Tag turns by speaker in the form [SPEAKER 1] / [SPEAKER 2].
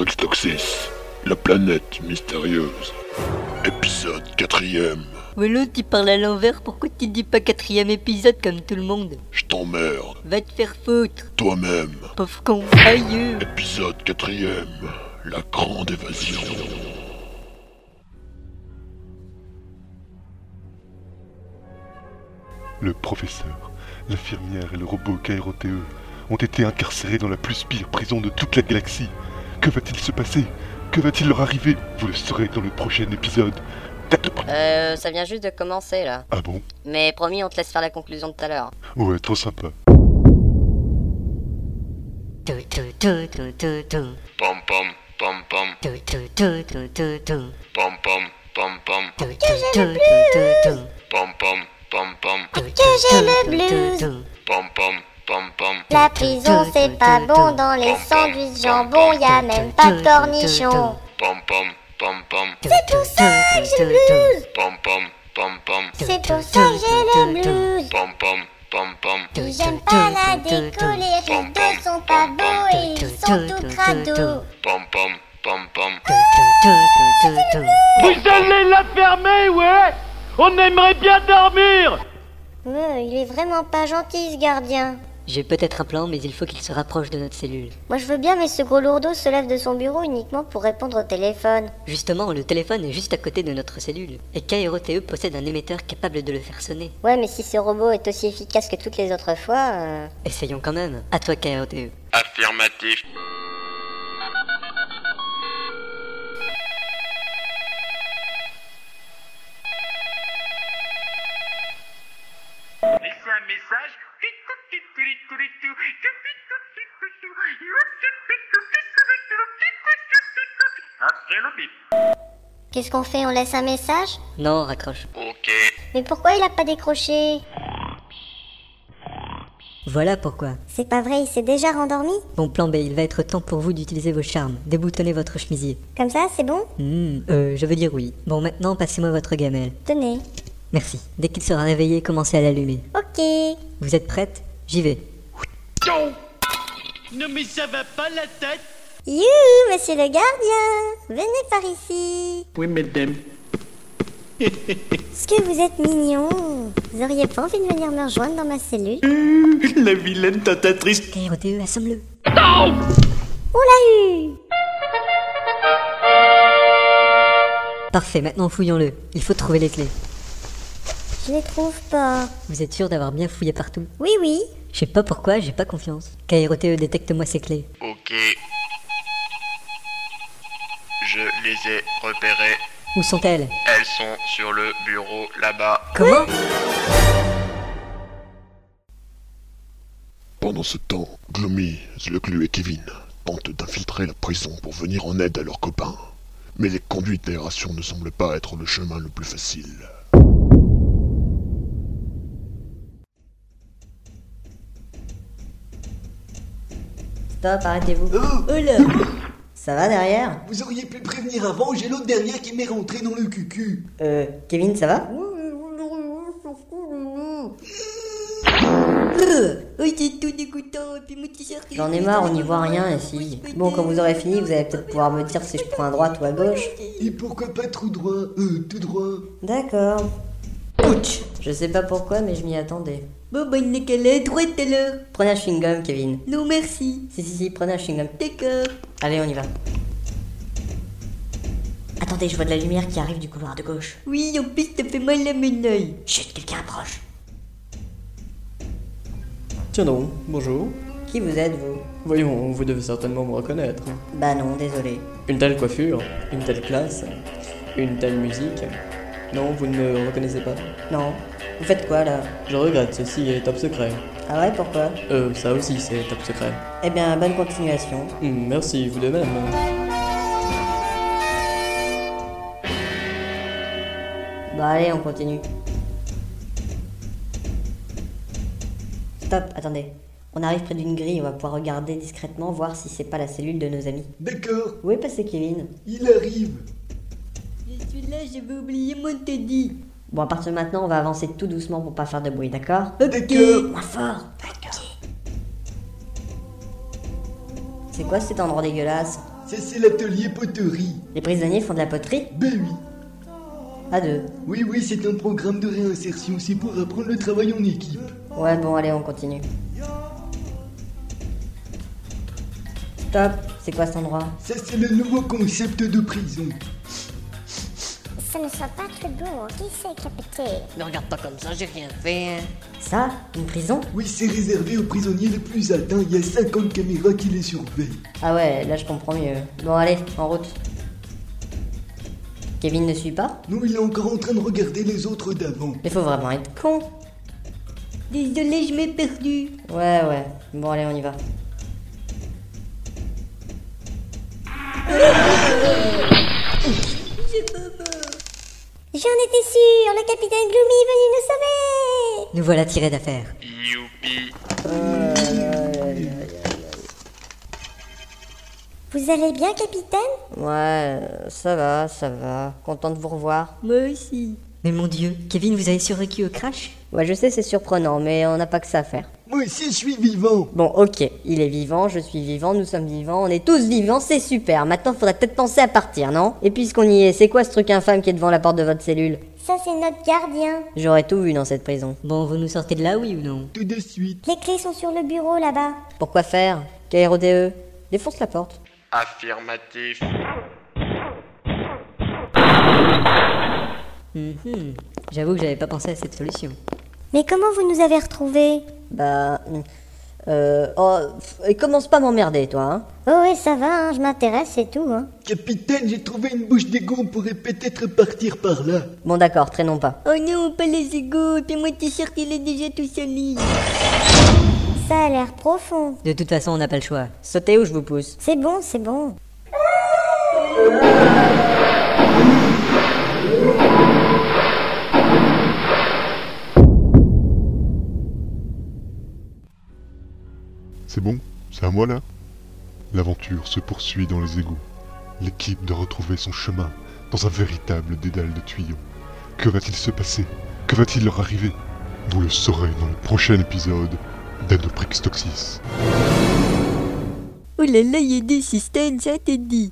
[SPEAKER 1] Adoprextoxis, la planète mystérieuse. Épisode 4
[SPEAKER 2] Voilà, tu parles à l'envers, pourquoi tu dis pas quatrième épisode comme tout le monde
[SPEAKER 1] Je t'emmerde,
[SPEAKER 2] Va te faire foutre,
[SPEAKER 1] toi-même.
[SPEAKER 2] pauvre con. Aïe
[SPEAKER 1] Épisode 4 La grande évasion.
[SPEAKER 3] Le professeur, l'infirmière et le robot KROTE ont été incarcérés dans la plus pire prison de toute la galaxie. Que va-t-il se passer Que va-t-il leur arriver Vous le saurez dans le prochain épisode.
[SPEAKER 4] Euh, ça vient juste de commencer là.
[SPEAKER 3] Ah bon
[SPEAKER 4] Mais promis, on te laisse faire la conclusion de tout à l'heure.
[SPEAKER 3] Ouais, trop sympa.
[SPEAKER 2] Tout, tout, tout, tout, tout, tout.
[SPEAKER 5] Pom pom pom pom
[SPEAKER 2] Tout, tout, tout, tout, tout, tout.
[SPEAKER 5] pom pom pom pom
[SPEAKER 2] Tout, tout, tout, tout, tout, tout.
[SPEAKER 5] pom pom pom pom
[SPEAKER 2] Tout, tout,
[SPEAKER 6] j'ai le
[SPEAKER 2] tout,
[SPEAKER 6] blues.
[SPEAKER 2] tout, tout.
[SPEAKER 5] pom pom pom pom.
[SPEAKER 6] La prison c'est pas bon dans les sandwichs jambon, y a même pas de cornichons.
[SPEAKER 5] Pom pom pom pom
[SPEAKER 2] C'est pour ça que j'ai le blues
[SPEAKER 5] pom pom pom pom
[SPEAKER 6] C'est pour ça que j'ai le blues.
[SPEAKER 5] pom pom pom pom.
[SPEAKER 6] Puis J'aime pas la déco, les rideaux sont pas beaux et ils sont tout crado.
[SPEAKER 5] Pom pom pom pom.
[SPEAKER 7] Vous allez la fermer, ouais On aimerait bien dormir
[SPEAKER 6] Ouais, il est vraiment pas gentil ce gardien.
[SPEAKER 2] J'ai peut-être un plan, mais il faut qu'il se rapproche de notre cellule.
[SPEAKER 6] Moi je veux bien, mais ce gros lourdeau se lève de son bureau uniquement pour répondre au téléphone.
[SPEAKER 2] Justement, le téléphone est juste à côté de notre cellule, et KROTE E possède un émetteur capable de le faire sonner.
[SPEAKER 6] Ouais, mais si ce robot est aussi efficace que toutes les autres fois, euh,
[SPEAKER 2] Essayons quand même. À toi, KROTE.
[SPEAKER 5] Affirmatif.
[SPEAKER 8] Laissez un message. Après le bip.
[SPEAKER 6] qu'est-ce qu'on fait On laisse un message
[SPEAKER 2] Non, raccroche.
[SPEAKER 5] Ok.
[SPEAKER 6] Mais pourquoi il a pas décroché
[SPEAKER 2] Voilà pourquoi.
[SPEAKER 6] C'est pas vrai, il s'est déjà rendormi
[SPEAKER 2] Bon plan B, il va être temps pour vous d'utiliser vos charmes. Déboutonnez votre chemisier.
[SPEAKER 6] Comme ça, c'est bon
[SPEAKER 2] Hmm, euh, je veux dire oui. Bon, maintenant, passez-moi votre gamelle.
[SPEAKER 6] Tenez.
[SPEAKER 2] Merci. Dès qu'il sera réveillé, commencez à l'allumer.
[SPEAKER 6] Ok.
[SPEAKER 2] Vous êtes prête J'y vais.
[SPEAKER 7] Non mais ça va pas la tête
[SPEAKER 6] You, monsieur le gardien, venez par ici.
[SPEAKER 7] Oui, mesdames.
[SPEAKER 6] Est-ce que vous êtes mignon Vous auriez pas envie de venir me rejoindre dans ma cellule
[SPEAKER 7] La vilaine tentatrice
[SPEAKER 2] KROTE, E, assomme-le.
[SPEAKER 6] On l'a eu
[SPEAKER 2] Parfait, maintenant fouillons-le. Il faut trouver les clés.
[SPEAKER 6] Je les trouve pas.
[SPEAKER 2] Vous êtes sûr d'avoir bien fouillé partout
[SPEAKER 6] Oui, oui.
[SPEAKER 2] Je sais pas pourquoi, j'ai pas confiance. KROTE, E, détecte-moi ces clés.
[SPEAKER 5] Ok. Je les ai repérées.
[SPEAKER 2] Où sont-elles
[SPEAKER 5] Elles sont sur le bureau là-bas.
[SPEAKER 2] Comment
[SPEAKER 1] Pendant ce temps, Gloomy, Zleclu et Kevin tentent d'infiltrer la prison pour venir en aide à leurs copains. Mais les conduites d'aération ne semblent pas être le chemin le plus facile.
[SPEAKER 2] Stop, arrêtez-vous.
[SPEAKER 9] Oh,
[SPEAKER 2] Oula Ça va derrière
[SPEAKER 9] vous auriez pu prévenir avant, j'ai l'autre derrière qui m'est rentré dans le cucu.
[SPEAKER 2] Euh, Kevin, ça va
[SPEAKER 10] Oui, c'est tout dégoûtant, et puis mon t-shirt... il-
[SPEAKER 2] J'en ai marre, on n'y voit rien ici. Bon, quand vous aurez fini, vous allez peut-être pouvoir me dire si je prends à droite ou à gauche.
[SPEAKER 9] Et pourquoi pas tout droit Euh, tout droit.
[SPEAKER 2] D'accord. Je sais pas pourquoi, mais je m'y attendais.
[SPEAKER 10] Bon, bah, il n'est qu'à la droite alors.
[SPEAKER 2] Prenez un chewing-gum, Kevin.
[SPEAKER 10] Non, merci.
[SPEAKER 2] Si, si, si, prenez un chewing-gum.
[SPEAKER 10] D'accord.
[SPEAKER 2] Allez, on y va.
[SPEAKER 10] Attendez, je vois de la lumière qui arrive du couloir de gauche. Oui, en plus, ça fait mal à mon oeil. Chut, quelqu'un approche.
[SPEAKER 11] Tiens donc, bonjour.
[SPEAKER 2] Qui vous êtes, vous
[SPEAKER 11] Voyons, vous devez certainement me reconnaître.
[SPEAKER 2] Bah non, désolé.
[SPEAKER 11] Une telle coiffure, une telle classe, une telle musique. Non, vous ne me reconnaissez pas.
[SPEAKER 2] Non. Vous faites quoi, là
[SPEAKER 11] Je regrette, ceci est top secret.
[SPEAKER 2] Ah ouais, pourquoi
[SPEAKER 11] Euh, ça aussi c'est top secret.
[SPEAKER 2] Eh bien, bonne continuation.
[SPEAKER 11] Hmm, merci, vous de même.
[SPEAKER 2] Bah allez, on continue. Stop, attendez. On arrive près d'une grille, on va pouvoir regarder discrètement, voir si c'est pas la cellule de nos amis.
[SPEAKER 9] D'accord,
[SPEAKER 2] Où est passé Kevin
[SPEAKER 9] il arrive.
[SPEAKER 10] Je suis là, j'avais oublié mon teddy.
[SPEAKER 2] Bon, à partir de maintenant, on va avancer tout doucement pour pas faire de bruit, d'accord
[SPEAKER 9] D'accord.
[SPEAKER 2] Moins fort D'accord. C'est quoi cet endroit dégueulasse
[SPEAKER 9] Ça, c'est l'atelier poterie.
[SPEAKER 10] Les prisonniers font de la poterie
[SPEAKER 9] Ben oui.
[SPEAKER 10] À deux.
[SPEAKER 9] Oui, oui, c'est un programme de réinsertion. C'est pour apprendre le travail en équipe.
[SPEAKER 10] Ouais, bon, allez, on continue. Stop, c'est quoi cet endroit
[SPEAKER 9] Ça, c'est le nouveau concept de prison.
[SPEAKER 6] Ça ne sent pas très bon. Qui c'est qui a pété
[SPEAKER 2] Me regarde pas comme ça, j'ai rien fait. hein.
[SPEAKER 10] Ça Une prison
[SPEAKER 9] Oui, c'est réservé aux prisonniers les plus atteints. Il y a 50 caméras qui les surveillent.
[SPEAKER 10] Ah ouais, là je comprends mieux. Bon, allez, en route. Kevin ne suit pas
[SPEAKER 9] Non, il est encore en train de regarder les autres d'avant.
[SPEAKER 10] Mais faut vraiment être con.
[SPEAKER 2] Désolé, je m'ai perdu.
[SPEAKER 10] Ouais, ouais. Bon, allez, on y va.
[SPEAKER 6] J'en étais sûre, le capitaine Gloomy est venu nous sauver
[SPEAKER 2] Nous voilà tirés d'affaire.
[SPEAKER 5] Youpi.
[SPEAKER 6] Vous allez bien, capitaine
[SPEAKER 10] Ouais, euh, ça va, ça va. Content de vous revoir.
[SPEAKER 2] Moi aussi. Mais mon dieu, Kevin, vous avez survécu au crash
[SPEAKER 10] Ouais, je sais, c'est surprenant, mais on n'a pas que ça à faire.
[SPEAKER 9] Moi aussi, je suis vivant.
[SPEAKER 10] Bon, ok, il est vivant, je suis vivant, nous sommes vivants, on est tous vivants, c'est super. Maintenant, faudrait peut-être penser à partir, non Et puisqu'on y est, c'est quoi ce truc infâme qui est devant la porte de votre cellule
[SPEAKER 6] Ça, c'est notre gardien.
[SPEAKER 10] J'aurais tout vu dans cette prison.
[SPEAKER 2] Bon, vous nous sortez de là, oui ou non
[SPEAKER 9] Tout de suite.
[SPEAKER 6] Les clés sont sur le bureau là-bas.
[SPEAKER 10] Pourquoi faire KRODE E Défonce la porte.
[SPEAKER 5] Affirmatif.
[SPEAKER 2] Mhm. J'avoue que j'avais pas pensé à cette solution.
[SPEAKER 6] Mais comment vous nous avez retrouvés
[SPEAKER 10] Bah. hum, Euh. Oh, pff, et commence pas à m'emmerder, toi, hein.
[SPEAKER 6] Oh oui, ça va, hein, je m'intéresse, c'est tout. Hein.
[SPEAKER 9] Capitaine, j'ai trouvé une bouche d'égout. On pourrait peut-être partir par là.
[SPEAKER 10] Bon, d'accord, traînons pas.
[SPEAKER 2] Oh non, pas les égaux, et puis moi t'es sûr qu'il est déjà tout solide.
[SPEAKER 6] Ça a l'air profond.
[SPEAKER 2] De toute façon, on n'a pas le choix.
[SPEAKER 10] Sautez ou je vous pousse
[SPEAKER 6] C'est bon, c'est bon.
[SPEAKER 3] C'est bon, c'est à moi là L'aventure se poursuit dans les égouts. L'équipe doit retrouver son chemin dans un véritable dédale de tuyaux. Que va-t-il se passer Que va-t-il leur arriver Vous le saurez dans le prochain épisode d'Anoprix Toxis.
[SPEAKER 2] Oh là là, il y a des systèmes, ça t'es dit.